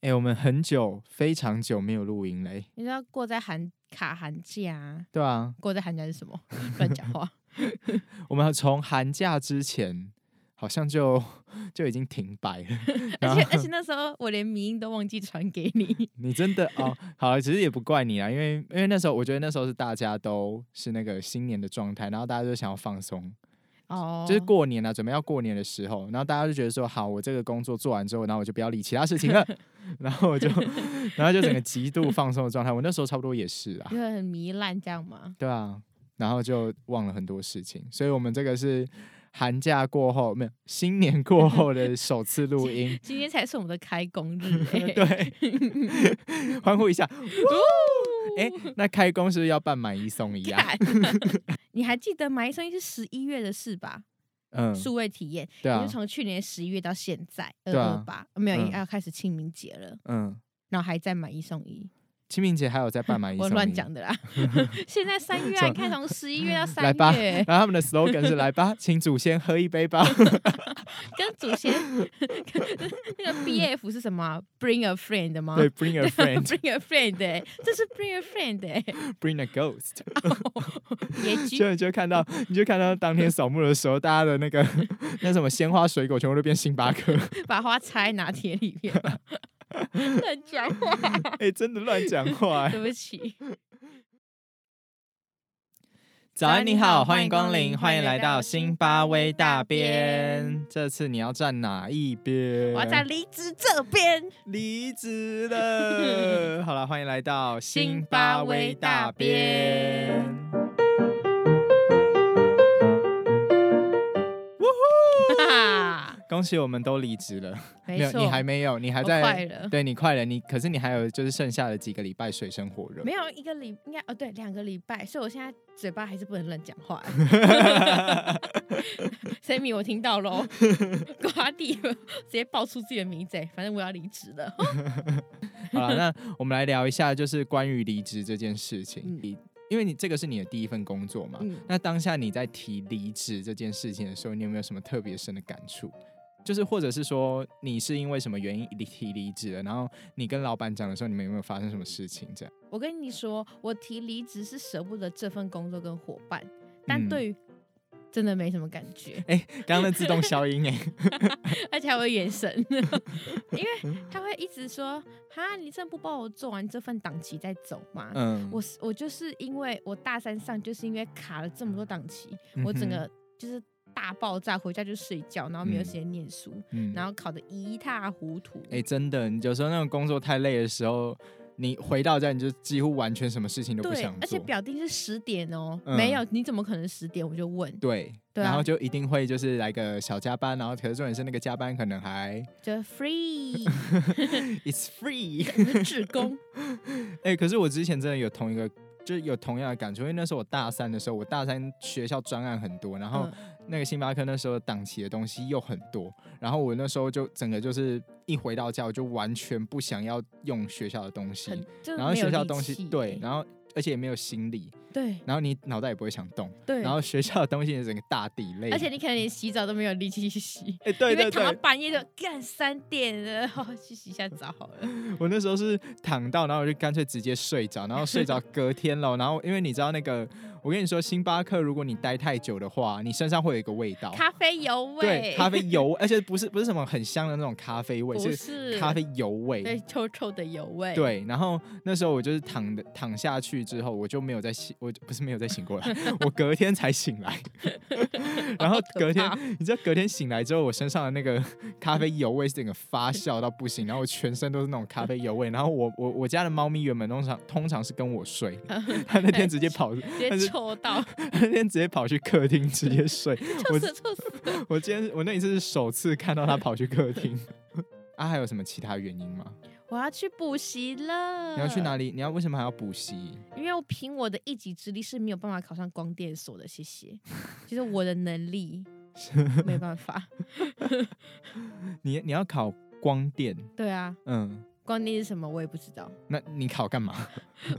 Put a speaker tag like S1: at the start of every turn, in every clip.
S1: 哎、我们很久，非常久没有录音嘞，
S2: 你知道过在寒卡寒假啊，
S1: 对啊，
S2: 过在寒假 是什么？ 乱讲话。，
S1: 我们从寒假之前好像就就已经停摆了
S2: 而且而且那时候我连迷音都忘记传给 你，
S1: 你真的哦，好了，其实也不怪你啦，因为因为那时候我觉得那时候是大家都是那个新年的状态，然后大家就想要放松，
S2: 哦，
S1: 就是过年啊，准备要过年的时候，然后大家就觉得说，好，我这个工作做完之后，然后我就不要理其他事情 了，然后我就然后就整个极度放松的状态，我那时候差不多也是啊
S2: 因，为很糜烂这样嘛。，
S1: 对啊，然后就忘了很多事情，所以我们这个是寒假过后，没有新年过后的首次录音
S2: 今天才是我们的开工日、欸，
S1: 对， 欢呼一下，哎、那开工是不是要办买一送一啊？
S2: 看，欸你还记得买一送一是十一月的事吧？
S1: 嗯，
S2: 数位体验，
S1: 对
S2: 也
S1: 啊
S2: 就，从去年十一月到现在二
S1: 对啊
S2: 二八，没有、
S1: 嗯
S2: 要开始清明节了，
S1: 嗯，
S2: 然后还在买一送一，
S1: 清明节还有在办买一送
S2: 我
S1: 一，
S2: 乱讲的 啦。现在三月啊，
S1: 算
S2: 你看从十一月到
S1: 来吧
S2: 三月，
S1: 然后他们的 slogan 是“来吧，请祖先喝一杯吧
S2: 跟祖先 跟那个 B F 是什么啊、b r i n g a friend” 吗？
S1: 对，“Bring a friend,
S2: Bring a friend，、欸、这是 Bring a friend，、欸、
S1: bring a ghost”，
S2: 野
S1: 就
S2: 鸡
S1: 你就看到，你就看到当天扫墓的时候，大家的那个 那什么鲜花水果全部都变星巴克，
S2: 把花插在拿铁里面吧。 乱讲话，
S1: 哎、真的乱讲话、 欸。
S2: 对不起。
S1: 早安，你好，欢迎光临，欢迎来到
S2: 辛
S1: 辛
S2: 巴
S1: 巴
S2: 威
S1: 威
S2: 大
S1: 大
S2: 边
S1: 边。这次你要站哪一边？
S2: 我要在离职这 边，
S1: 离职了。 好了，欢迎来到
S2: 辛巴威大边。哈哈
S1: 恭喜我们都离职了，
S2: 没
S1: 有，
S2: 错，
S1: 你还没有，你还
S2: 我快
S1: 在，
S2: 了。
S1: 对你快了，你可是你还有就是剩下的几个礼拜水深火热，
S2: 没有一个礼，应该哦，对，两个礼拜，所以我现在嘴巴还是不能乱讲 话。Sammy，我听到喽， 瓜地直接爆出自己的名字，欸反正我要离职了。
S1: 好了，那我们来聊一下，就是关于离职这件事情。
S2: 嗯
S1: 你因为你这个是你的第一份工作嘛，
S2: 嗯
S1: 那当下你在提离职这件事情的时候，你有没有什么特别深的感触？就是或者是说，你是因为什么原因离提离职了？然后你跟老板讲的时候，你们有没有发生什么事情？这样，
S2: 我跟你说，我提离职是舍不得这份工作跟伙伴，但
S1: 嗯
S2: 对于真的没什么感觉，
S1: 刚刚那自动消音哎、
S2: 而且还会眼神， 因为他会一直说：“哈，你真的不帮我做完这份档期再走吗？”
S1: 嗯，
S2: 我是我就是因为我大三上就是因为卡了这么多档期，
S1: 嗯
S2: 我整个就是大爆炸，回家就睡觉，然后没有时间念书，
S1: 嗯
S2: 然后考得一塌糊涂。
S1: 哎、真的，你有时候那种工作太累的时候，你回到家你就几乎完全什么事情都不
S2: 对
S1: 想做，，
S2: 而且表定是十点哦，
S1: 嗯
S2: 没有你怎么可能十点？我就问，
S1: 对，
S2: 对啊
S1: 然后就一定会就是来个小加班，然后可是重点是那个加班可能还
S2: 就 free。
S1: it's free
S2: 是志工，
S1: 哎、可是我之前真的有同一个，就是有同样的感触，因为那时候我大三的时候，我大三学校专案很多，然后
S2: 嗯
S1: 那个星巴克那时候档期的东西又很多，然后我那时候就整个就是一回到家，我就完全不想要用学校的东西，
S2: 很就
S1: 然后
S2: 没有
S1: 学校的
S2: 力
S1: 东西
S2: 气
S1: 对
S2: 欸，
S1: 然后而且也没有心力，
S2: 对
S1: 然后你脑袋也不会想动，
S2: 对，
S1: 然后学校的东西也整个大地累，
S2: 而且你可能连洗澡都没有力气去洗。
S1: 哎、 对
S2: 因为
S1: 对
S2: 躺
S1: 对
S2: 到，半夜就干三点了，哦去洗一下澡好了。
S1: 我那时候是躺到，然后我就干脆直接睡着，然后睡着隔天了，然后因为你知道那个，我跟你说，星巴克如果你待太久的话，你身上会有一个味道，
S2: 咖啡油味，
S1: 对，咖啡油，而且不是不是什么很香的那种咖啡味，
S2: 不
S1: 是
S2: 是
S1: 咖啡油
S2: 对
S1: 味。
S2: 臭臭的油味。，
S1: 对，然后那时候我就是躺的躺下去之后，我就没有再醒，我不是没有再醒过来，我隔天才醒来。然后隔天，你知道隔天醒来之后，我身上的那个 咖啡油味是整个发酵到不行，然后我全身都是那种咖啡油味。然后我我我家的猫咪原本通常通常是跟我睡，它那天直接跑，
S2: 直
S1: 但
S2: 接
S1: 是
S2: 臭到
S1: 它那天直接跑去客厅直接睡。
S2: 臭
S1: 我
S2: 死 臭死。
S1: 我今天我那一次是首次看到它跑去客厅。 啊，还有什么其他原因吗？
S2: 我要去补习了。
S1: 你要去？哪里？你要为什么还要补习？
S2: 因为我凭我的一己之力是没有办法考上光电所的。谢谢，就是我的能 力没办法。
S1: 你你要考光电，
S2: 对啊，
S1: 嗯，
S2: 光电是什么我也不知道。
S1: 那你考干嘛？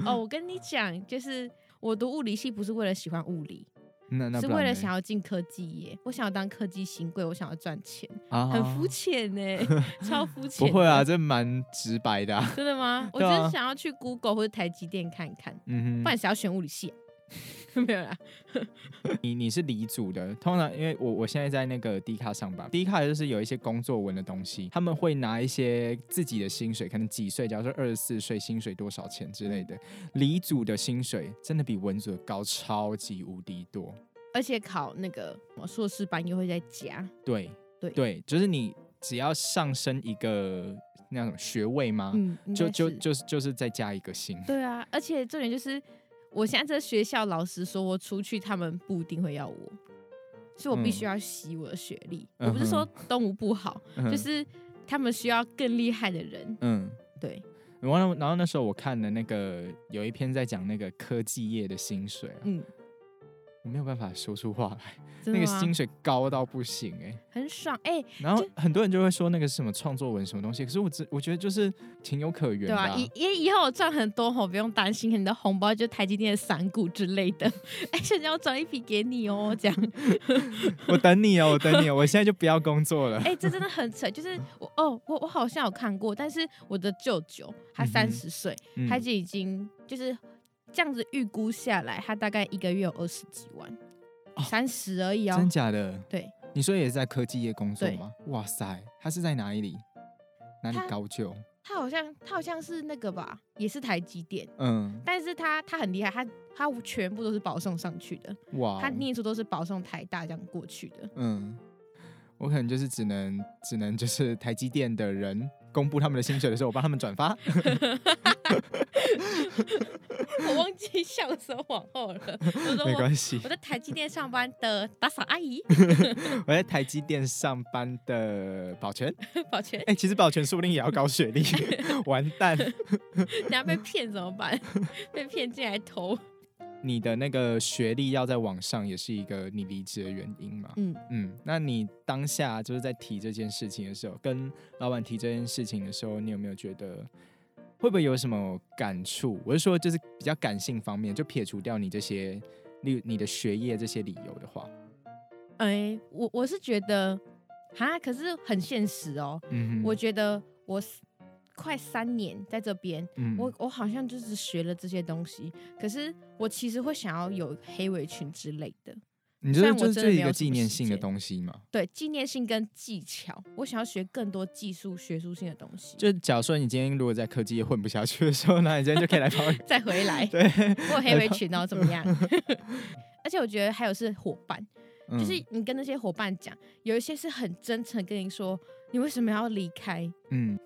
S2: 哦，我跟你讲，就是我读物理系不是为了喜欢物理，
S1: 那那
S2: 是
S1: 不然
S2: 为了
S1: 嘞
S2: 想要进科技业，我想要当科技新贵，我想要赚钱，
S1: 啊
S2: 很肤浅呢， 超肤浅。
S1: 不会啊，，这蛮直白的、啊。
S2: 真的吗？我
S1: 对
S2: 只
S1: 啊
S2: 是想要去 Google 或者台积电看看，
S1: 嗯
S2: 不
S1: 哼，
S2: 然谁要选物理系啊？ 没有啦，
S1: 你你是理组的，通常因为我我现在在那个 D 卡上班，D 卡就是有一些工作文的东西，他们会拿一些自己的薪水，可能几岁，假如说二十四岁薪水多少钱之类的，理组的薪水真的比文组的高超级无敌多。
S2: 而且考那个什么硕士班又会在加，
S1: 对
S2: 对
S1: 对，就是你只要上升一个那种学位吗？
S2: 嗯，应
S1: 就
S2: 该
S1: 就是就是就是再加一个薪。
S2: 对啊，而且重点就是，我现在这学校老师说我出去，他们不一定会要我，所以我必须
S1: 嗯
S2: 要洗我的学历。
S1: 嗯哼
S2: 我不是说东吴不好，
S1: 嗯
S2: 就是他们需要更厉害的人。
S1: 嗯。
S2: 对，
S1: 然后，然后那时候我看了那个有一篇在讲那个科技业的薪水、啊，
S2: 嗯，
S1: 我没有办法说出话来，
S2: 真
S1: 那
S2: 的
S1: 个
S2: 吗？
S1: 薪水高到不行哎、
S2: 很爽哎、
S1: 然后很多人就会说那个是什么创作文什么东西，可是我只我觉得就是情有可原
S2: 对
S1: 的、
S2: 啊，以也以后我赚很多吼，不用担心你的红包就台积电的散股之类的。 哎、现在我转一笔给你哦，这样。
S1: 我等你哦，我等你哦，我现在就不要工作了。
S2: 哎、这真的很扯，就是我哦，我我好像有看过，但是我的舅舅他
S1: 嗯哼
S2: 三十岁，
S1: 嗯
S2: 他就已经就是这样子预估下来，他大概一个月有二十几万
S1: 哦，
S2: 三十、而已
S1: 真
S2: 哦。
S1: 假的？
S2: 对，
S1: 你说也是在科技业工作
S2: 对
S1: 吗？哇塞，他是在哪里？哪里
S2: 他
S1: 高就？
S2: 他好像他好像是那个吧，也是台积电，
S1: 嗯，
S2: 但是他他很厉害，他他全部都是保送上去的，
S1: 哇哦，
S2: 他念书都是保送台大这样过去的。
S1: 嗯，我可能就是只能只能就是台积电的人公布他们的薪水的时候，我帮他们转发。
S2: 我忘记笑声往后了，我说
S1: 没
S2: 我
S1: 关系
S2: 我，在台积电上班的打扫阿姨，
S1: 我在台积电上班的保全。
S2: 抱歉，
S1: 哎、其实保全说不定也要搞学历，完蛋！
S2: 等下被骗怎么 办？被骗进来投，
S1: 你的那个学历要在网上，也是一个你离职的原因嘛？
S2: 嗯，
S1: 嗯，那你当下就是在提这件事情的时候，跟老板提这件事情的时候，你有没有觉得会不会有什么感触？我是说，就是比较感性方面，就撇除掉你这些，例如你的学业这些理由的话，
S2: 哎、我我是觉得，哈，可是很现实哦。
S1: 嗯哼，
S2: 我觉得我 s- 快三年在这边，
S1: 嗯
S2: 我我好像就只学了这些东西，可是我其实会想要有黑围裙之类的，
S1: 你就
S2: 虽
S1: 是
S2: 然我
S1: 就是
S2: 真
S1: 这
S2: 的
S1: 一
S2: 没有
S1: 个
S2: 什
S1: 纪
S2: 么
S1: 念
S2: 时
S1: 性的
S2: 间
S1: 东西嘛。
S2: 对，纪念性跟技巧，我想要学更多技术、学术性的东西，
S1: 就假如说你今天如果在科技业混不下去的时候，那你今天就可以来跑。，
S2: 再回来
S1: 对，
S2: 我有黑围裙哦，怎么样？ 而且我觉得还有是伙伴，
S1: 嗯
S2: 就是你跟那些伙伴讲，有一些是很真诚跟你说，你为什么要离开？
S1: 嗯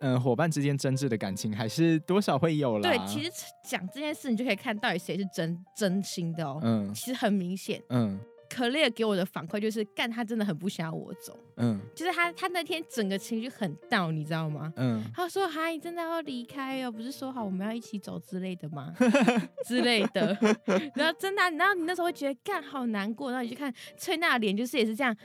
S1: 呃，伙伴之间真挚的感情还是多少会有啦。
S2: 对，其实讲这件事，你就可以看到底谁是真真心的哦。
S1: 嗯
S2: 其实很明显，
S1: 嗯
S2: 可烈给我的反馈就是，干他真的很不想要我走，
S1: 嗯
S2: 就是他他那天整个情绪很 down，你知道吗？
S1: 嗯，
S2: 他说：“哈，你真的要离开哦？不是说好我们要一起走之类的吗？之类的。然后真的啊、然后你那时候会觉得干好难过，然后你去看翠娜的脸，就是也是这样，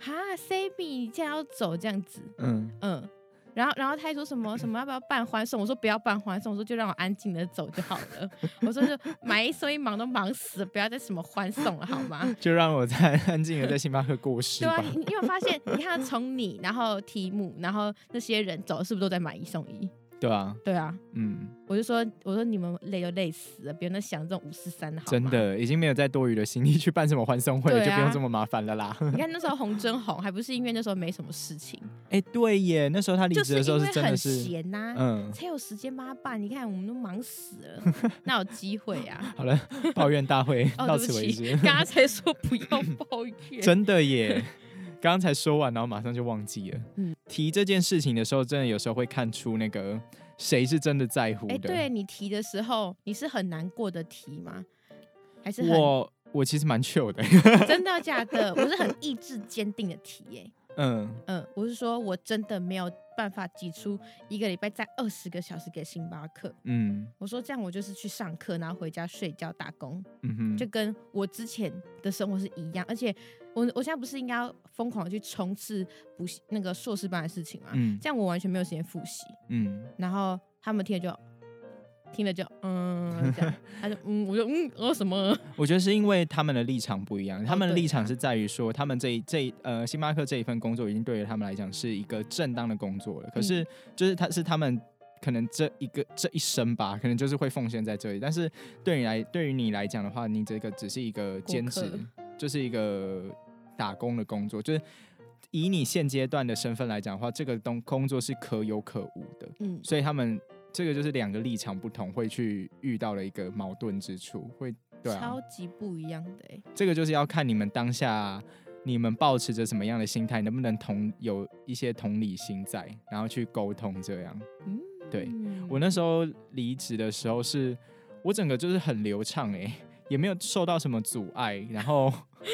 S2: 哈，Sabi，你竟然要走这样子，
S1: 嗯
S2: 嗯。”然后，然后他还说什么什么要不要办欢送？我说不要办欢送，我说就让我安静的走就好了。 我说就买一送一，忙都忙死了，不要再什么欢送了好吗？
S1: 就让我在安静的在星巴克过世
S2: 对啊，
S1: 吧。
S2: 你你有没有发现？你看从你，然后题目，然后那些人走，是不是都在买一送一？
S1: 对啊，
S2: 对啊，
S1: 嗯，
S2: 我就说，我说你们累都累死了，别人想这种五四三的好吗
S1: 真。的已经没有再多余的心力去办什么欢送会了，
S2: 对
S1: 就
S2: 啊
S1: 不用这么麻烦了 啦。
S2: 你看那时候洪真红，还不是因为那时候没什么事 情，
S1: 哎、对耶，那时候他离
S2: 就
S1: 职
S2: 是
S1: 的时候
S2: 因为
S1: 是真的
S2: 很
S1: 是，
S2: 闲呐、
S1: 嗯，
S2: 才有时间帮他办。你看我们都忙死 了，那有机会啊？
S1: 好了，抱怨大会
S2: 哦，
S1: 到
S2: 对
S1: 此
S2: 不
S1: 为
S2: 起，
S1: 止，
S2: 刚刚才 说不要抱怨，
S1: 真的耶。刚刚才说完，然后马上就忘记了。
S2: 嗯
S1: 提这件事情的时候，真的有时候会看出那个谁是真的在乎
S2: 哎、
S1: 的。
S2: 对你提的时候，你是很难过的提吗？还是很
S1: 我我其实蛮 chill 的，
S2: 真的假的？我是很意志坚定的提耶、
S1: 嗯，
S2: 嗯，我是说我真的没有办法挤出一个礼拜在二十个小时给星巴克。
S1: 嗯
S2: 我说这样我就是去上课，然后回家睡觉打工，
S1: 嗯哼，
S2: 就跟我之前的生活是一样。而且我我现在不是应该要疯狂地去冲刺补习那个硕士班的事情吗？
S1: 嗯
S2: 这样我完全没有时间复习。
S1: 嗯
S2: 然后他们听了就听了就嗯，这样他就嗯，我就嗯，哦什么？
S1: 我觉得是因为他们的立场不一样，他们的
S2: 哦对啊
S1: 立场
S2: 啦
S1: 是在于说，他们这一这一呃，星巴克这一份工作已经对于他们来讲是一个正当的工作了。可
S2: 嗯
S1: 是就是他是他们可能这一个这一生吧，可能就是会奉献在这里。但是对你来对于你来讲的话，你这个只是一个兼职
S2: 顾客，
S1: 就是一个打工的工作，就是。以你现阶段的身份来讲的话，这个东工作是可有可无的，
S2: 嗯，
S1: 所以他们这个就是两个立场不同会去遇到了一个矛盾之处，会对啊，
S2: 超级不一样的哎、
S1: 这个就是要看你们当下，你们保持着什么样的心态，能不能同有一些同理心在，然后去沟通这样。
S2: 嗯，
S1: 对我那时候离职的时候是，我整个就是很流畅诶、也没有受到什么阻碍，然后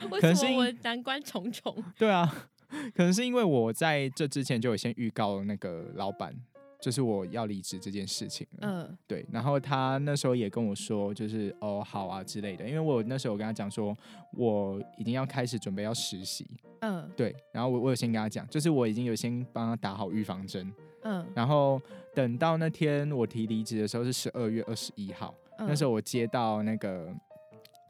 S2: 候为
S1: 可能是
S2: 什么
S1: 因
S2: 我难关重重？
S1: 对啊，可能是因为我在这之前就有先预告那个老板，就是我要离职这件事情了。
S2: 嗯、
S1: 对，然后他那时候也跟我说，就是哦好啊之类的，因为我那时候我跟他讲说，我已经要开始准备要实习，
S2: 嗯
S1: 对，然后我我有先跟他讲，就是我已经有先帮他打好预防针，
S2: 嗯，
S1: 然后等到那天我提离职的时候是十二月二十一号，那时
S2: 候
S1: 候我接到那个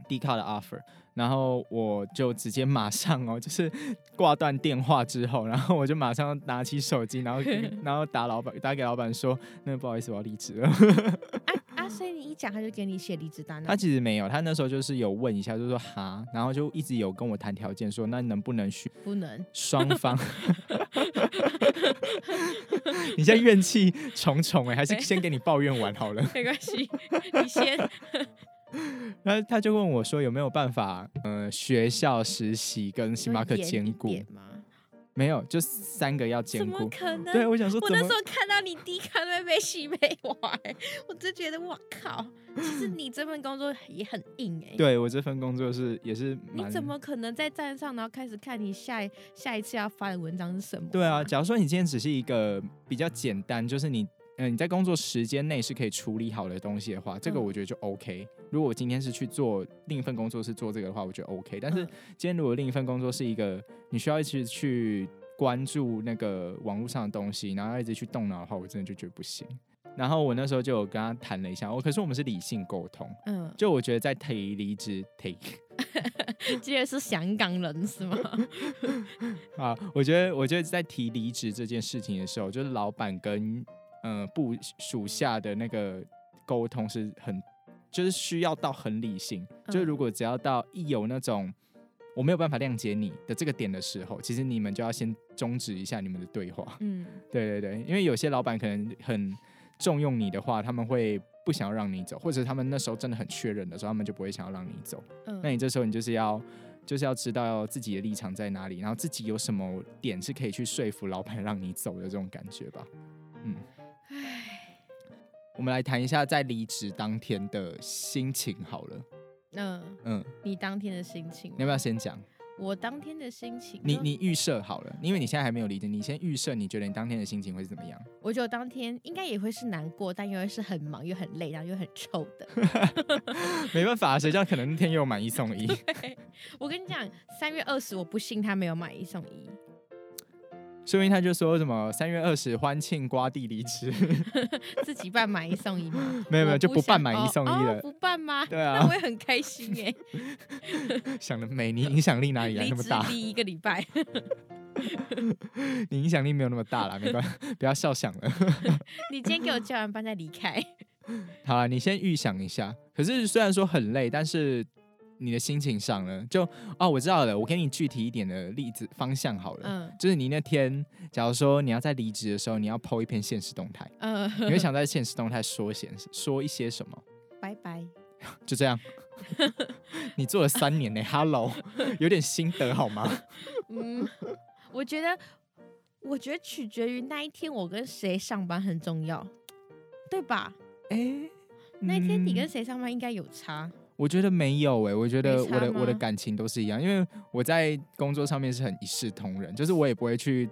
S1: D 卡的 offer，然后我就直接马上哦，就是挂断电话之后，然后我就马上拿起手机，然后然后打老板打给老板说，那个不好意思，我要离职了。
S2: 啊啊，所以你一讲他就给你写离职单了
S1: 他。其实没有，他那时候就是有问一下，就说哈，然后就一直有跟我谈条件说，那能不能续
S2: 不能，
S1: 双 方。你现在怨气重重哎、还是
S2: 没
S1: 先给你抱怨完好了。
S2: 没关系，你先。
S1: 然后他就问我说有没有办法，呃，学校实习跟星巴克
S2: 嗯
S1: 兼顾？
S2: 吗？
S1: 没有，就三个要兼
S2: 怎么
S1: 顾。
S2: 可能？
S1: 对，我想说
S2: 我
S1: 怎
S2: 那
S1: 么
S2: 时？候看到你低卡那边被洗被玩，我就觉得哇靠！其实你这份工作也很硬哎、
S1: 对我这份工作是也是
S2: 你
S1: 蛮
S2: 怎……么可能在站上然后开始看你下一下一次要发的文章是什么、
S1: 对啊，，假如说你今天只是一个比较简单，就是你。嗯、你在工作时间内是可以处理好的东西的话，这个
S2: 嗯
S1: 我觉得就 OK。如果我今天是去做另一份工作是做这个的话，我觉得 OK。但是
S2: 嗯
S1: 今天如果另一份工作是一个你需要一直去关注那个网络上的东西，然后要一直去动脑的话，我真的就觉得不行。然后我那时候就有跟他谈了一下，我哦可是我们是理性沟通，
S2: 嗯，
S1: 就我觉得在提离职提
S2: 记得是香港人是吗？
S1: 啊，我觉得我觉得在提离职这件事情的时候，就是老板跟呃部属下的那个沟通是很，就是需要到很理性，就是
S2: 嗯
S1: 如果只要到一有那种。我没有办法谅解你的这个点的时候，其实你们就要先终止一下你们的对话。
S2: 嗯，
S1: 对对对，因为有些老板可能很重用你的话，他们会不想要让你走，或者他们那时候真的很确认的时候，他们就不会想要让你走。
S2: 嗯
S1: 那你这时候你就是要就是要知道自己的立场在哪里，然后自己有什么点是可以去说服老板让你走的这种感觉吧。嗯，我们来谈一下在离职当天的心情好了。
S2: 嗯，
S1: 嗯，
S2: 你当天的心情吗
S1: 你，要不要先讲？
S2: 我当天的心情，
S1: 你
S2: 就
S1: 你预设好了，因为你现在还没有离职，你先预设你觉得你当天的心情会是怎么样？
S2: 我觉得我当天应该也会是难过，但又会是很忙又很累，然后又很臭的。
S1: 没办法、啊，谁叫可能那天又有买一送一？
S2: 我跟你讲，三月二十，我不信他没有买一送一。
S1: 说明他就说什么三月二十欢庆瓜地离职，？
S2: 自己办买一送一吗
S1: 没有没有
S2: 我
S1: 就不办
S2: 想
S1: 买一送一
S2: 哦
S1: 了
S2: 哦不办吗？
S1: 对啊
S2: 那我也很开心哎、
S1: 想的美， 你影响力哪里来
S2: 离
S1: 那么
S2: 职
S1: 大？
S2: 第一个礼拜，
S1: 你影响力没有那么大啦，没关 系，不要笑想了。
S2: 你今天给我交完班再离开。
S1: 好啊啦，你先预想一下。可是虽然说很累，但是你的心情上呢，就哦，我知道了，我给你具体一点的例子方向好了。
S2: 嗯
S1: 就是你那天，假如说你要在离职的时候，你要 PO 一篇现实动态，
S2: 嗯，
S1: 你会想在现实动态说些说一些什么？
S2: 拜拜。
S1: 就 这样。你做了三年呢、哈 h e l l o 有点心得好吗？
S2: 嗯，我觉得，我觉得取决于那一天我跟谁上班很重要，对吧？
S1: 哎、
S2: 那一天你
S1: 嗯
S2: 跟谁上班应该有差。
S1: 我觉得没有欸诶、我觉得
S2: 没差
S1: 我的我的
S2: 吗
S1: 感情都是一样，因为我在工作上面是很一视同仁，就是我也不会去，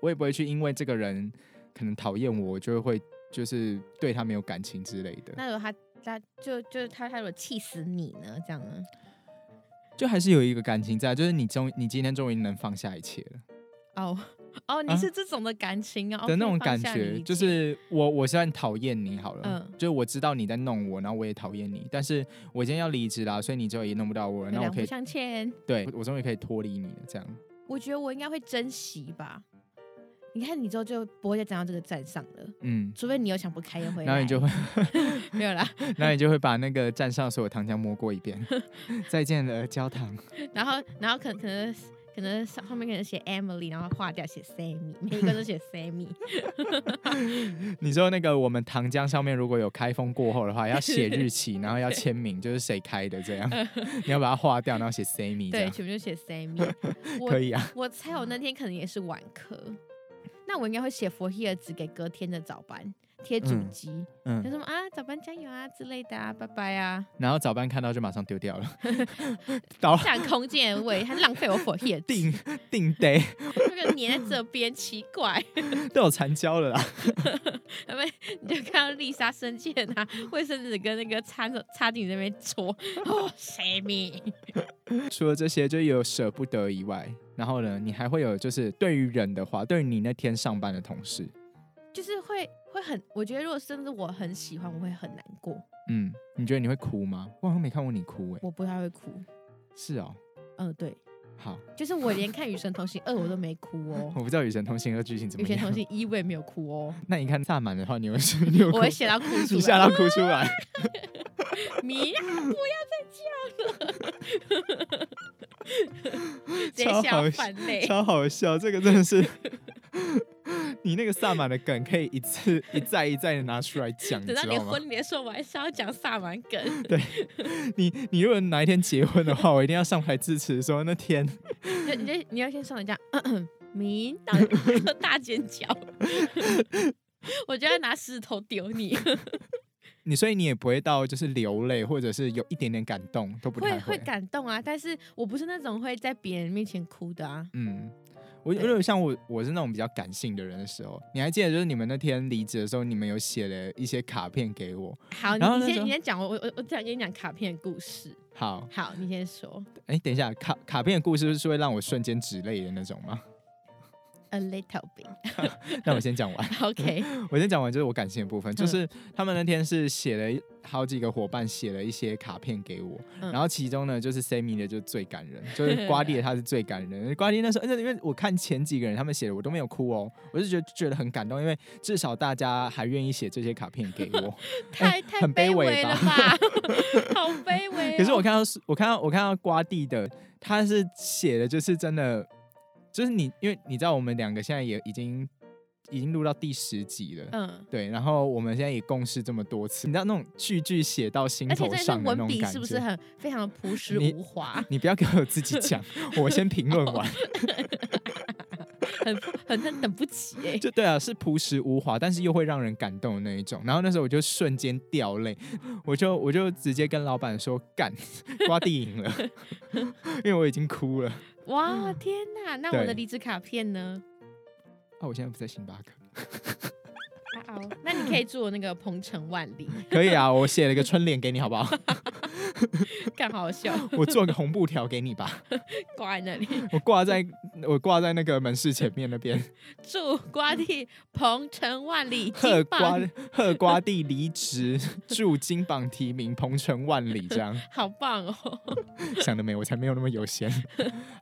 S1: 我也不会去因为这个人可能讨厌我，我就会就是对他没有感情之类的，
S2: 那如果他他就就是他他如果气死你呢？这样啊呢？
S1: 就还是有一个感情在，就是你终你今天终于能放下一切了，
S2: 哦，哦，你
S1: 啊
S2: 是这种的感情啊
S1: 的那
S2: OK，
S1: 种
S2: 放
S1: 感
S2: 下
S1: 觉，
S2: 理
S1: 就
S2: 解
S1: 是我我虽然讨厌你好了，
S2: 嗯
S1: 就是我知道你在弄我，然后我也讨厌你，但是我今天要离职啦，所以你之后也弄不到我了，那我
S2: 两
S1: 可
S2: 不
S1: 以
S2: 相欠。
S1: 对我终于可以脱离你了，这样
S2: 我觉得我应该会珍惜吧。你看，你之后就不会再站到这个站上了，
S1: 嗯，
S2: 除非你又想不开又回来。
S1: 然后你 就会，
S2: 没有啦。
S1: 然后你就会把那个站上所有糖浆摸过一 遍，再见了焦糖，
S2: 然后，然后可可能可能上上面可能写 Emily，然后划掉写 Sammy，每一个都写 Sammy。
S1: 你说那个我们糖浆上面如果有开封过后的话，要写日期，然后要签名，就是谁开的 这样，你要把它划掉，然后写 Sammy 这
S2: 对，
S1: 样，
S2: 全部就 写 Sammy。我
S1: 啊可以啊，
S2: 我猜我那天可能也是晚课，那我应该会写 For Here 只给隔天的早班贴主
S1: 嗯
S2: 机，就
S1: 嗯，
S2: 什么啊早班加油啊之类的啊，拜拜啊，
S1: 然后早班看到就马上丢 掉了，到
S2: 占空间位，还浪费我 For Here
S1: 定定 day。
S2: 这个粘在这边，奇怪。
S1: 都有残胶了啦。
S2: 他们你就看到丽莎生气的拿卫生纸跟那个擦手擦进你那边戳，哦，谁咪？
S1: 除了这些，就有舍不得以外，然后呢，你还会有就是对于人的话，对于你那天上班的同事，
S2: 就是会会很，我觉得如果甚至我很喜欢，我会很难过，
S1: 嗯，你觉得你会哭吗？我好像没看过你哭哎、
S2: 我不太会哭。
S1: 是哦，
S2: 嗯，对，
S1: 好，
S2: 就是我连看《与神同行二》我都没哭哦，
S1: 我不知道《与神同行》和剧情怎
S2: 《与
S1: 么
S2: 神
S1: 样。
S2: 同行一》我也没有哭 哦，
S1: 那你看萨满的话，你会是你有哭
S2: 我会，写到哭出
S1: 你吓
S2: 来
S1: 到。哭出 来。
S2: 米娅，不
S1: 超
S2: 要再叫了，直接
S1: 好
S2: 笑翻泪。
S1: 超好笑，这个真的是。 你那个萨满的梗可以一次一再一再的拿出来讲，你
S2: 等到
S1: 知
S2: 你
S1: 道吗？
S2: 婚礼的时候，我还是要讲萨满梗。
S1: 你你如果哪一天结婚的话，我一定要上台支持，说那天
S2: 就你就你要先上人家，咳咳明到一个大尖叫，我就要拿石头丢你。
S1: 你所以你也不会到就是流泪，或者是有一点点感动都不太
S2: 会会感动啊，但是我不是那种会在别人面前哭的啊。
S1: 嗯，我有
S2: 对
S1: 点像我我是那种比较感性的人的时候，你还记得就是你们那天离职的时候，你们有写了一些卡片给我。
S2: 好，你
S1: 然后
S2: 你
S1: 那时
S2: 先
S1: 候
S2: 你先讲，我我我我讲跟你讲卡片的故事。
S1: 好，
S2: 好，你先说。
S1: 哎、等一下，卡卡片的故事是会让我瞬间止泪的那种吗？
S2: A little bit.
S1: 那我先讲完，
S2: OK，
S1: 我先讲完就是我感性的部分，就是他们那天是写了一好几个伙伴写了一些卡片给我，
S2: 嗯
S1: 然后其中呢就是 Sammy 的就最感人，就是瓜地的他是最感人的。瓜地那时候，因为我看前几个人他们写的我都没有哭哦，我就觉得觉得很感动，因为至少大家还愿意写这些卡片给我。
S2: 太太
S1: 哎很卑
S2: 卑
S1: 微
S2: 微
S1: 吧
S2: 了吧？好卑微哦。
S1: 可是我看到我看到我看到瓜地的他是写的就是真的，就是你因为你知道我们两个现在也已经已经录到第十集了。
S2: 嗯，
S1: 对，然后我们现在也共事这么多次，你知道那种句句写到心
S2: 而且
S1: 头
S2: 这是
S1: 上的那
S2: 文
S1: 种
S2: 笔
S1: 感觉，
S2: 是不是很非常的朴实
S1: 你
S2: 无华，
S1: 你不要给我自己 讲，我先评论完。
S2: 很很很等不及 哎、
S1: 就对啊，是朴实无华，但是又会让人感动的那一种。然后那时候我就瞬间掉泪，我就我就直接跟老板说干，瓜地赢 了，因为我已经哭了。啊
S2: 哇，天哪！那我
S1: 嗯对
S2: 的离职卡片呢？
S1: 啊，我现在不在星巴克，
S2: 啊哦，那你可以祝我那个鹏程万里，
S1: 可以啊，我写了个春联给你好不 好？
S2: 更好笑，
S1: 我做个红布条给你吧，
S2: 挂在那里，
S1: 我挂在我挂在那个门市前面那边，
S2: 祝瓜地鹏程万里，
S1: 贺
S2: 金
S1: 瓜
S2: 榜
S1: 贺瓜地离职，祝金榜题名，鹏程万里这样。
S2: 好棒哦！
S1: 想得美，我才没有那么有闲。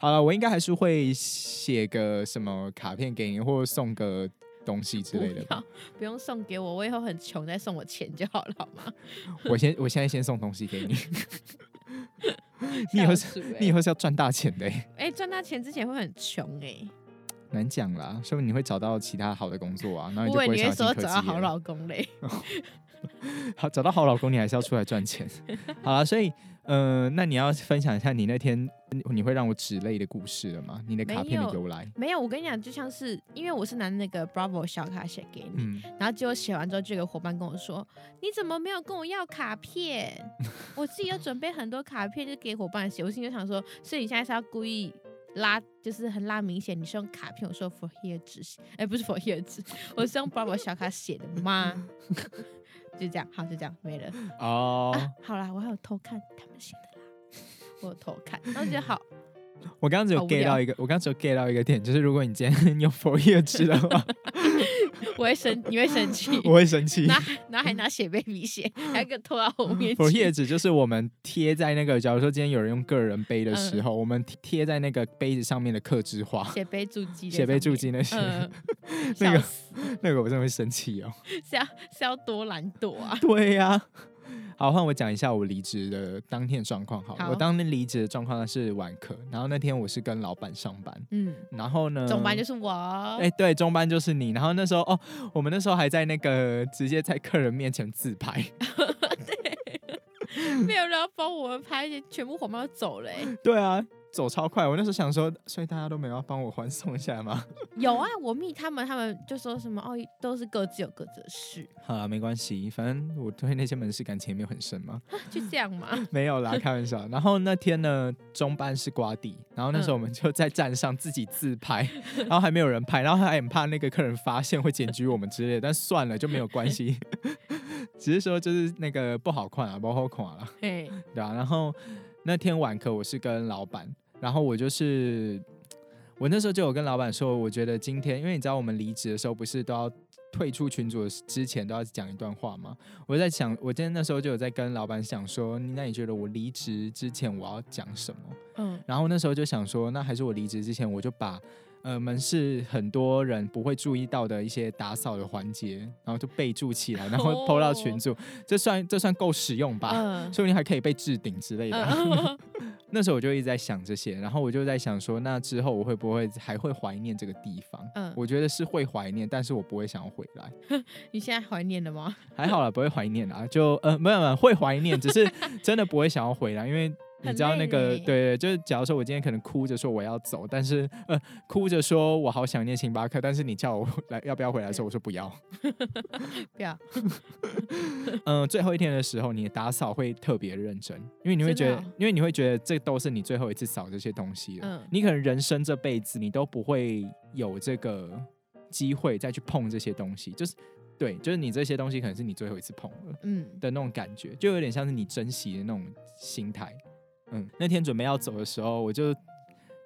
S1: 好了，我应该还是会写个什么卡片给你，或送个东西之
S2: 不
S1: 类的吧。
S2: 要，不用送给我，我以后很穷再送我钱就好了，好吗？
S1: 我先，我现在先送东西给 你。 你以后是，
S2: 笑死
S1: 你以
S2: 欸
S1: 后是要赚大钱的欸、
S2: 哎赚到钱之前会很穷哎，
S1: 难讲啦。说不定你会找到其他好的工作啊，然后
S2: 我
S1: 你
S2: 以
S1: 就不会
S2: 为你
S1: 想
S2: 会
S1: 要进
S2: 说
S1: 科
S2: 找
S1: 技
S2: 到好
S1: 业了。
S2: 老公嘞，
S1: 好，找到好老公，你还是要出来赚钱。 好了，所以，呃，那你要分享一下你那天你你会让我止泪的故事了吗？你的卡片的
S2: 没有
S1: 由来。
S2: 没有，我跟你讲，就像是因为我是拿那个 Bravo 小卡写给你，
S1: 嗯，
S2: 然后结果写完之后，就有个伙伴跟我说：“你怎么没有跟我要卡片？ 我自己有准备很多卡片，就给伙伴写。”我心里就想说：“所以你现在是要故意拉，就是很拉明显，你是用卡片，我说 for here 纸，哎、不是 for here 纸，我是用 Bravo 小卡写的吗？” 就这样，好，就这样，没了。
S1: 哦、
S2: 啊，好啦，我还有偷看他们写的啦，我有偷看，然后觉得好
S1: 我刚刚只有
S2: 好无
S1: get 到
S2: 聊
S1: 一个，我刚刚只有 get 到一个点，就是如果你今天 用 for ear 吃的 话，
S2: 我会生，你会生气。
S1: 我会生气。
S2: 拿拿还拿写 baby 写，还给我拖到后面
S1: for
S2: 去。
S1: ear 纸就是我们贴在那个，假如说今天有人用个人杯
S2: 嗯
S1: 的时候，我们贴在那个杯子上面的刻字化、
S2: 写杯注记，
S1: 写杯注，记那些，
S2: 嗯，
S1: 那
S2: 笑
S1: 个
S2: 死，
S1: 那个我真的会生气哦。
S2: 是要是要多懒惰啊！
S1: 对呀、好，换我讲一下我离职的当天的状况好了。
S2: 好
S1: 我当天离职的状况呢是晚课，然后那天我是跟老板上班，
S2: 嗯，
S1: 然后呢，
S2: 总班就是我，啊
S1: 哎、对，中班就是你。然后那时候哦，我们那时候还在那个直接在客人面前自拍，
S2: 没有人要帮我们拍，全部伙伴都走了、欸。
S1: 对啊，走超快。我那时候想说，所以大家都没有要帮我欢送一下吗？
S2: 有啊，我密他们，他们就说什么哦，都是各自有各自的事，
S1: 好啊啦，没关系，反正我对那些门市感情也没有很深嘛。
S2: 就这样 嘛。
S1: 没有啦，开玩笑。然后那天呢，中班是瓜地，然后那时候我们就在站上自己自拍，然后还没有人拍，然后还很怕那个客人发现会检举我们之类的，但算了，就没有关系。只是说就是那个不好看啊，不好看啊，
S2: 嘿，
S1: 对啊。然后那天晚课我是跟老板，然后我就是我那时候就有跟老板说，我觉得今天，因为你知道我们离职的时候不是都要。退出群组之前都要讲一段话嘛，我在想，我今天那时候就有在跟老板想说，那你觉得我离职之前我要讲什么？
S2: 嗯
S1: 然后那时候就想说，那还是我离职之前，我就把呃门市很多人不会注意到的一些打扫的环节，然后就备注起来，然后
S2: 哦
S1: PO 到群组，这算这算够实用吧？
S2: 嗯
S1: 说不定还可以被置顶之类的。
S2: 嗯，
S1: 那时候我就一直在想这些，然后我就在想说，那之后我会不会还会怀念这个地方？
S2: 嗯
S1: 我觉得是会怀念，但是我不会想要回来。
S2: 你现在怀念了吗？
S1: 还好啦，不会怀念啦，就呃 没有没有会怀念，只是 真的不会想要回来，因为你知道那
S2: 很
S1: 个
S2: 累呢
S1: 对，就是假如说我今天可能哭着说我要走，但是呃哭着说我好想念星巴克，但是你叫我来要不要回来的时
S2: 嗯
S1: 候，我说不要。
S2: 不要，
S1: 嗯、最后一天的时候，你的打扫会特别认真，因为你会觉
S2: 真的
S1: 得，
S2: 哦
S1: 因为你会觉得这都是你最后一次扫这些东西了，
S2: 嗯
S1: 你可能人生这辈子你都不会有这个机会再去碰这些东西，就是对，就是你这些东西可能是你最后一次碰了。
S2: 嗯，
S1: 的那种感觉，就有点像是你珍惜的那种心态。嗯，那天准备要走的时候，我就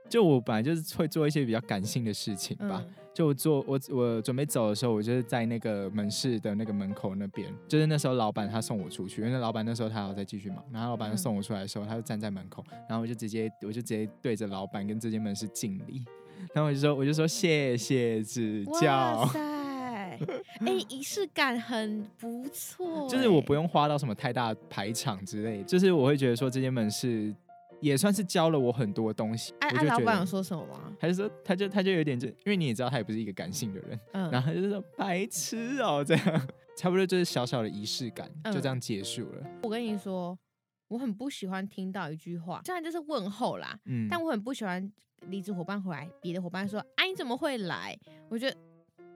S1: 就我本来就是会做一些比较感性的事情吧。
S2: 嗯
S1: 就我做我我准备走的时候，我就是在那个门市的那个门口那边，就是那时候老板他送我出去，因为那老板那时候他还要再继续忙，然后老板
S2: 嗯
S1: 送我出来的时候，他就站在门口，然后我就直接我就直接对着老板跟这间门市敬礼。然后我就说，我就说谢谢指教
S2: 哇，塞，哎、仪式感很不错、欸
S1: 就是我不
S2: 用，
S1: 用花到什么太大的排场之类的，就是我会觉得说这间门市也算是教了我很多东西。
S2: 哎、
S1: 我
S2: 啊，
S1: 就
S2: 老
S1: 觉
S2: 板
S1: 得
S2: 有说什么吗？
S1: 还是说他就他就有点就，因为你也知道他也不是一个感性的人，
S2: 嗯，
S1: 然后他就说白痴哦、这样， 差不多就是小小的仪式感
S2: 嗯
S1: 就这样结束了。
S2: 我跟你说，我很不喜欢听到一句话，虽然这是问候啦，
S1: 嗯，
S2: 但我很不喜欢离职伙伴回来，别的伙伴说：“啊，你怎么会来？”我觉得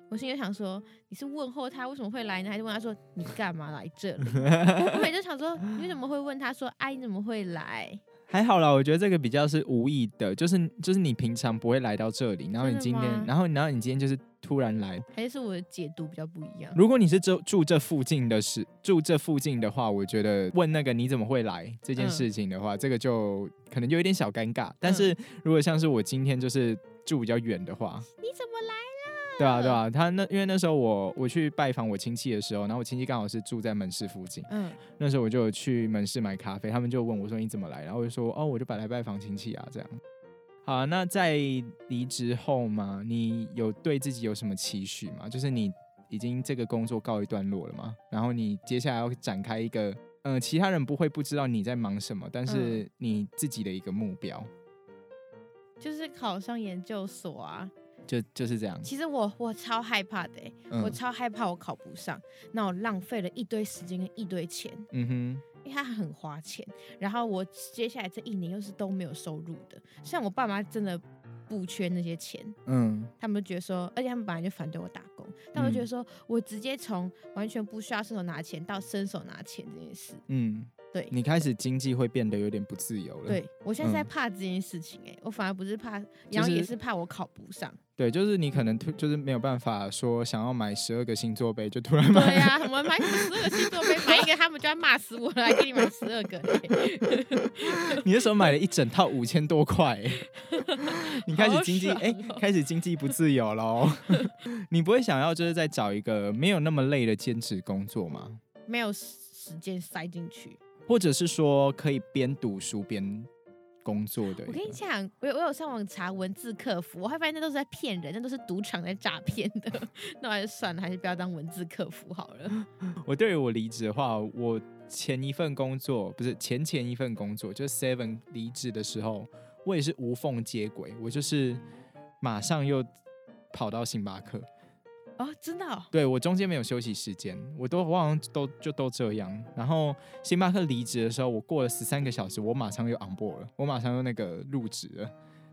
S2: 我心里想说：“你是问候他为什么会来呢？还是问他说你干嘛来这里？”我每次想说：“你怎么会问他说啊，你怎么会来
S1: 还好啦，我觉得这个比较是无意的，就是就是你平常不会来到这里，然后你
S2: 真
S1: 今
S2: 的吗
S1: 天，然后然后你今天就是突然来，？”
S2: 还是我的解读比较不一样？
S1: 如果你是住住这附近的事，住这附近的话，我觉得问那个你怎么会来这
S2: 嗯
S1: 件事情的话，这个就可能就有点小尴尬。但是如果像是我今天就是住比较远的话，
S2: 你怎么来？
S1: 对啊对啊，他那因为那时候我我去拜访我亲戚的时候，然后我亲戚刚好是住在门市附近，
S2: 嗯
S1: 那时候我就有去门市买咖啡，他们就问我说你怎么来，然后我就说哦我就本来拜访亲戚啊这样。好、啊，那在离职后嘛，你有对自己有什么期许吗？就是你已经这个工作告一段落了嘛，然后你接下来要展开一个，嗯、其他人不会不知道你在忙什么，但
S2: 嗯
S1: 是你自己的一个目标，
S2: 就是考上研究所啊。
S1: 就就是这样。
S2: 其实我我超害怕的欸、我
S1: 嗯
S2: 超害怕我考不上，那我浪费了一堆时间跟一堆钱。
S1: 嗯哼，
S2: 因为他很花钱。然后我接下来这一年又是都没有收入的，虽然我爸妈真的不缺那些钱，
S1: 嗯
S2: 他们就觉得说，而且他们本来就反对我打工，但我就觉得说、我直接从完全不需要伸手拿钱到伸手拿钱这件事，
S1: 嗯，
S2: 对
S1: 你开始经济会变得有点不自由了。
S2: 对我现在是在
S1: 嗯
S2: 怕这件事情、哎、我反而不是怕，然后
S1: 是
S2: 也是怕我考不上。
S1: 对就是你可能突就是没有办法说想要买十二个星座杯，就突然买。
S2: 对呀、我买十二个星座杯，买一个他们就要骂死我了，还给你买十二个、
S1: 你那时候买了一整套五千多 块、欸，你开始经济
S2: 好
S1: 哎、
S2: 爽哦
S1: 开始经济不自由喽。 你不会想要就是再找一个没有那么累的兼职工作吗？
S2: 没有时间塞进去。
S1: 或者是说可以边读书边工作的一个？
S2: 我跟你讲，我有我有上网查文字客服，我还发现那都是在骗人，那都是赌场在诈骗的。 那我还是算了，还是不要当文字客服好了。
S1: 我对于我离职的话，我前一份工作不是前前一份工作，就是 Seven 离职的时候，我也是无缝接轨，我就是马上又跑到星巴克。
S2: 哦，真的、哦，
S1: 对我中间没有休息时间，我都我好像都就都这样。然后星巴克离职的时候，我过了十三个小时，我马上又 on board 了，我马上又那个入职了。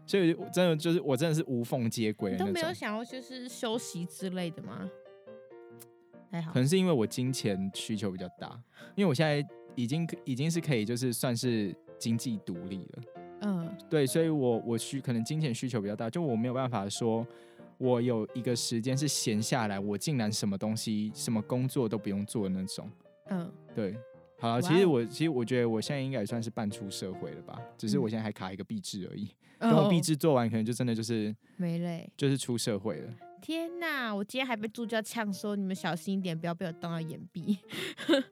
S1: 所以我真的就是我真的是无缝接轨
S2: 你
S1: 的
S2: 都
S1: 那
S2: 没有
S1: 种。
S2: 想要就是休息之类的吗？还好
S1: 可，能是因为我金钱需求比较大，因为我现在已经已经是可以就是算是经济独立了。
S2: 嗯，
S1: 对，所以我我需可能金钱需求比较大，就我没有办法说，我有一个时间是闲下来，我竟然什么东西什么工作都不用做的那种。
S2: 嗯，
S1: 对，好了，
S2: 哇
S1: 其实
S2: 哦
S1: 我其实我觉得我现在应该也算是半出社会了吧，只是我
S2: 嗯
S1: 现在还卡一个币制而已。
S2: 然
S1: 等我币制做完，可能就真的就是
S2: 哦没嘞。
S1: 就是出社会了。
S2: 天哪！我今天还被助教呛说，你们小心一点，不要被我当到眼壁。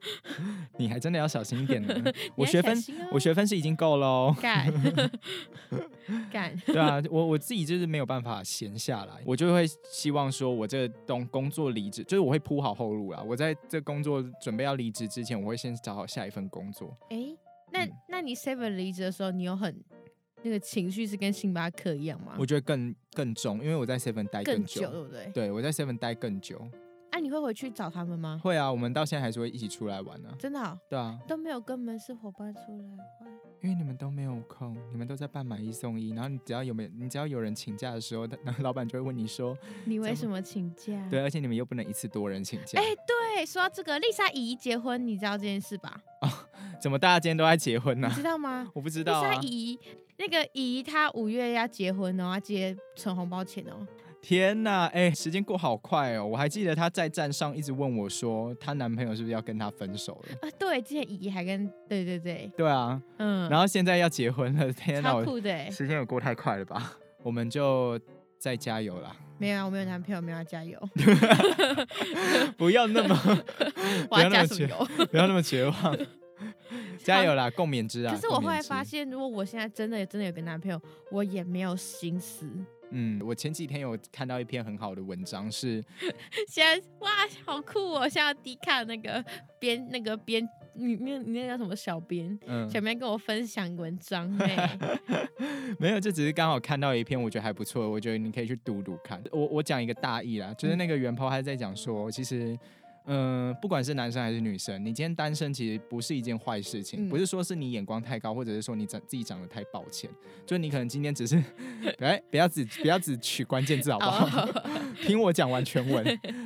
S1: 你还真的要小心一点呢
S2: 你。
S1: 我
S2: 要
S1: 学
S2: 小
S1: 分
S2: 心哦
S1: 我学分是已经够喽。
S2: 干干，
S1: 对啊，我我自己就是没有办法闲下来，我就会希望说，我这东工作离职，就是我会铺好后路啦。我在这工作准备要离职之前，我会先找好下一份工作。
S2: 哎、那、
S1: 嗯
S2: 那你 seven 离职的时候，你有很那个情绪是跟星巴克一样吗？
S1: 我觉得更更重，因为我在 Seven 待
S2: 更
S1: 嗯久。
S2: 对不对？
S1: 对，我在 Seven 待更久。
S2: 啊，你会回去找他们吗？
S1: 会啊，我们到现在还是会一起出来玩啊。
S2: 真的哦、
S1: 对啊，
S2: 都没有跟门市伙伴出来玩。
S1: 因为你们都没有空，你们都在办买一送一，然后你只要有没有，你只要有人请假的时候，他然后老板就会问你说，
S2: 你为
S1: 怎
S2: 什么请假？
S1: 对，而且你们又不能一次多人请假，
S2: 哎、对，说到这个，丽莎姨结婚，你知道这件事吧？
S1: 怎么大家今天都在结婚呢、
S2: 你知道吗？
S1: 我不知
S2: 丽
S1: 道
S2: 莎
S1: 啊，
S2: 姨，那个姨她五月要结婚哦，要结存红包钱哦。
S1: 天呐，哎、时间过好快哦！我还记得她在站上一直问我说，她男朋友是不是要跟她分手了？
S2: 啊，对，之前姨还跟对对对，
S1: 对啊，
S2: 嗯，
S1: 然后现在要结婚了，天呐，
S2: 超
S1: 我
S2: 酷的欸，
S1: 时间有过太快了吧？我们就再加油啦，
S2: 没有啊，我没有男朋友，没有要加油，
S1: 不要 那么
S2: 我要
S1: 不要那
S2: 加
S1: 么
S2: 什么 油？
S1: 不要那么绝望， 加油啦，共勉之啊！
S2: 可是
S1: 共
S2: 我
S1: 勉
S2: 后来
S1: 之
S2: 发现，如果我现在真的真的有个男朋友，我也没有心思。
S1: 嗯，我前几天有看到一篇很好的文章是，
S2: 现在哇，好酷哦！现在迪卡那个编那个编，你那你那叫什么小编？
S1: 嗯，
S2: 小编跟我分享文章 哎，
S1: 没有，这只是刚好看到一篇，我觉得还不错，我觉得你可以去读读看。我我讲一个大意啦，就是那个袁抛还在讲说，其实。嗯、不管是男生还是女生，你今天单身其实不是一件坏事情，
S2: 嗯
S1: 不是说是你眼光太高，或者是说你长自己长得太抱歉，就是你可能今天只是， 哎，不要只不要只取关键字好不好？ 听我讲完全文，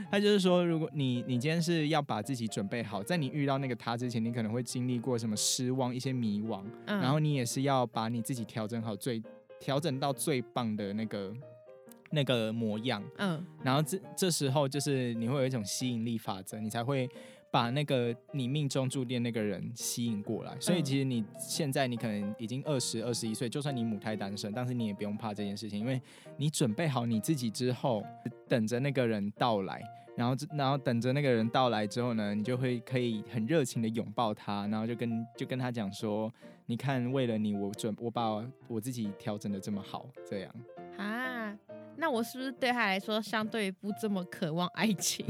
S1: 他就是说，如果你你今天是要把自己准备好，在你遇到那个他之前，你可能会经历过什么失望、一些迷惘，
S2: 嗯
S1: 然后你也是要把你自己调整好最调整到最棒的那个那个模样，
S2: 嗯，
S1: 然后这这时候就是你会有一种吸引力法则，你才会把那个你命中注定那个人吸引过来。所以
S2: 嗯
S1: 其实你现在你可能已经二十二十一岁，就算你母胎单身，但是你也不用怕这件事情，因为你准备好你自己之后，等着那个人到来。然后这，然后等着那个人到来之后呢，你就会可以很热情的拥抱他，然后就跟就跟他讲说，你看，为了你，我准我把我自己调整的这么好，这样。
S2: 啊，那我是不是对他来说相对不这么渴望 爱情？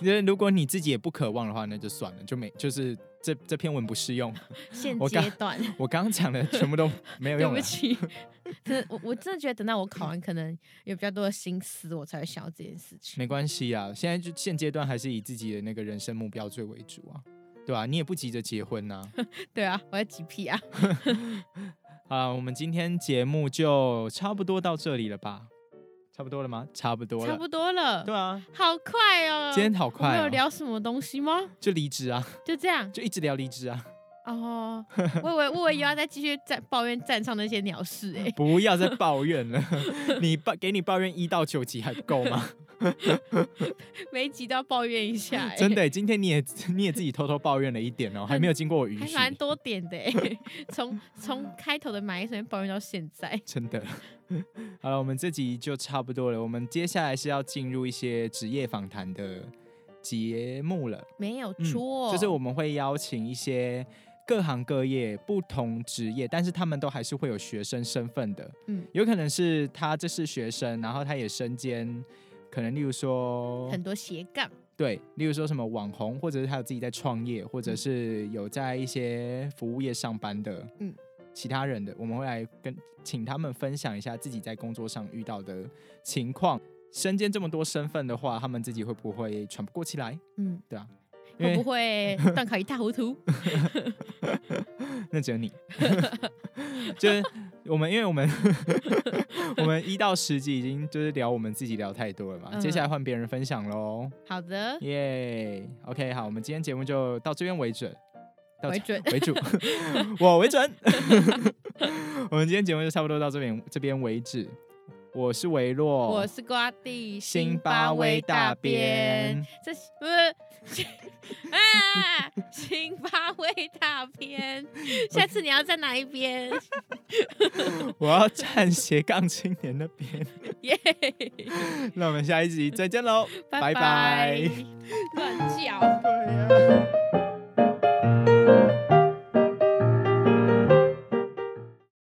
S1: 因为如果你自己也不渴望的话，那就算了，就没就是这这篇文不适 用。
S2: 现
S1: 我刚
S2: 阶 段，
S1: 我刚刚讲的全部都没有
S2: 对
S1: 用
S2: 不
S1: 了。
S2: 起， 真的我我真的觉得等到我考完，可能有比较多的心思，我才会想到这件事情。
S1: 没关系啊，现在就现阶段还是以自己的那个人生目标最为主啊，对吧、你也不急着结婚 呐、
S2: 对啊，我要急屁啊！
S1: 啊。好啦我们今天节目就差不多到这里了吧？差不多了吗？差不多了，
S2: 差不多了，
S1: 对啊，
S2: 好快哦！
S1: 今天好快、
S2: 我们有
S1: 哦，
S2: 聊什么东西吗？
S1: 就离职啊，
S2: 就这样
S1: 就一直聊离职啊，
S2: 哦。我以为我以为又要再继续站抱怨站上那些鸟事哎、
S1: 不要再抱怨了，你抱给你抱怨一到九集还不够吗？
S2: 每一集都要抱怨一下、哎
S1: 真的欸耶，今天你也你也自己偷偷抱怨了一点哦，还没有经过我允
S2: 还
S1: 许，
S2: 蛮多点的、哎 从从开头的买一声抱怨到现在，
S1: 真的。 好了，我们这集就差不多了，我们接下来是要进入一些职业访谈的节目了。
S2: 没有
S1: 嗯
S2: 错、
S1: 就是我们会邀请一些各行各业、不同职业，但是他们都还是会有学生身份的。
S2: 嗯，
S1: 有可能是他这是学生，然后他也身兼可能，例如说，
S2: 很多斜杠，
S1: 对，例如说什么网红，或者是他有自己在创业，或者是有在一些服务业上班的，
S2: 嗯，
S1: 其他人的，我们会来跟请他们分享一下自己在工作上遇到的情况。身兼这么多身份的话，他们自己会不会喘不过气来？
S2: 嗯，
S1: 对啊，因
S2: 会
S1: 为
S2: 不会断考一塌糊涂？
S1: 那只有你， 就是我们，因为我们 我们一到十集已经就是聊我们自己聊太多了嘛，
S2: 嗯
S1: 接下来换别人分享喽，
S2: 好的，
S1: 耶、o k 好，我们今天节目就到这边为准，到
S2: 为
S1: 这
S2: 准
S1: 为主，我为准， 我们今天节目就差不多到这边这边为止，我是维洛，
S2: 我是瓜地
S1: 哦辛
S2: 辛
S1: 巴
S2: 巴
S1: 威
S2: 威
S1: 大
S2: 大
S1: 边
S2: 边，这是不是 啊？辛巴威大边，下次你要站哪一边？
S1: 我要站斜杠青年那边，
S2: 耶，
S1: 那我们下一集再见喽，拜
S2: 拜
S1: 拜
S2: 拜，乱讲。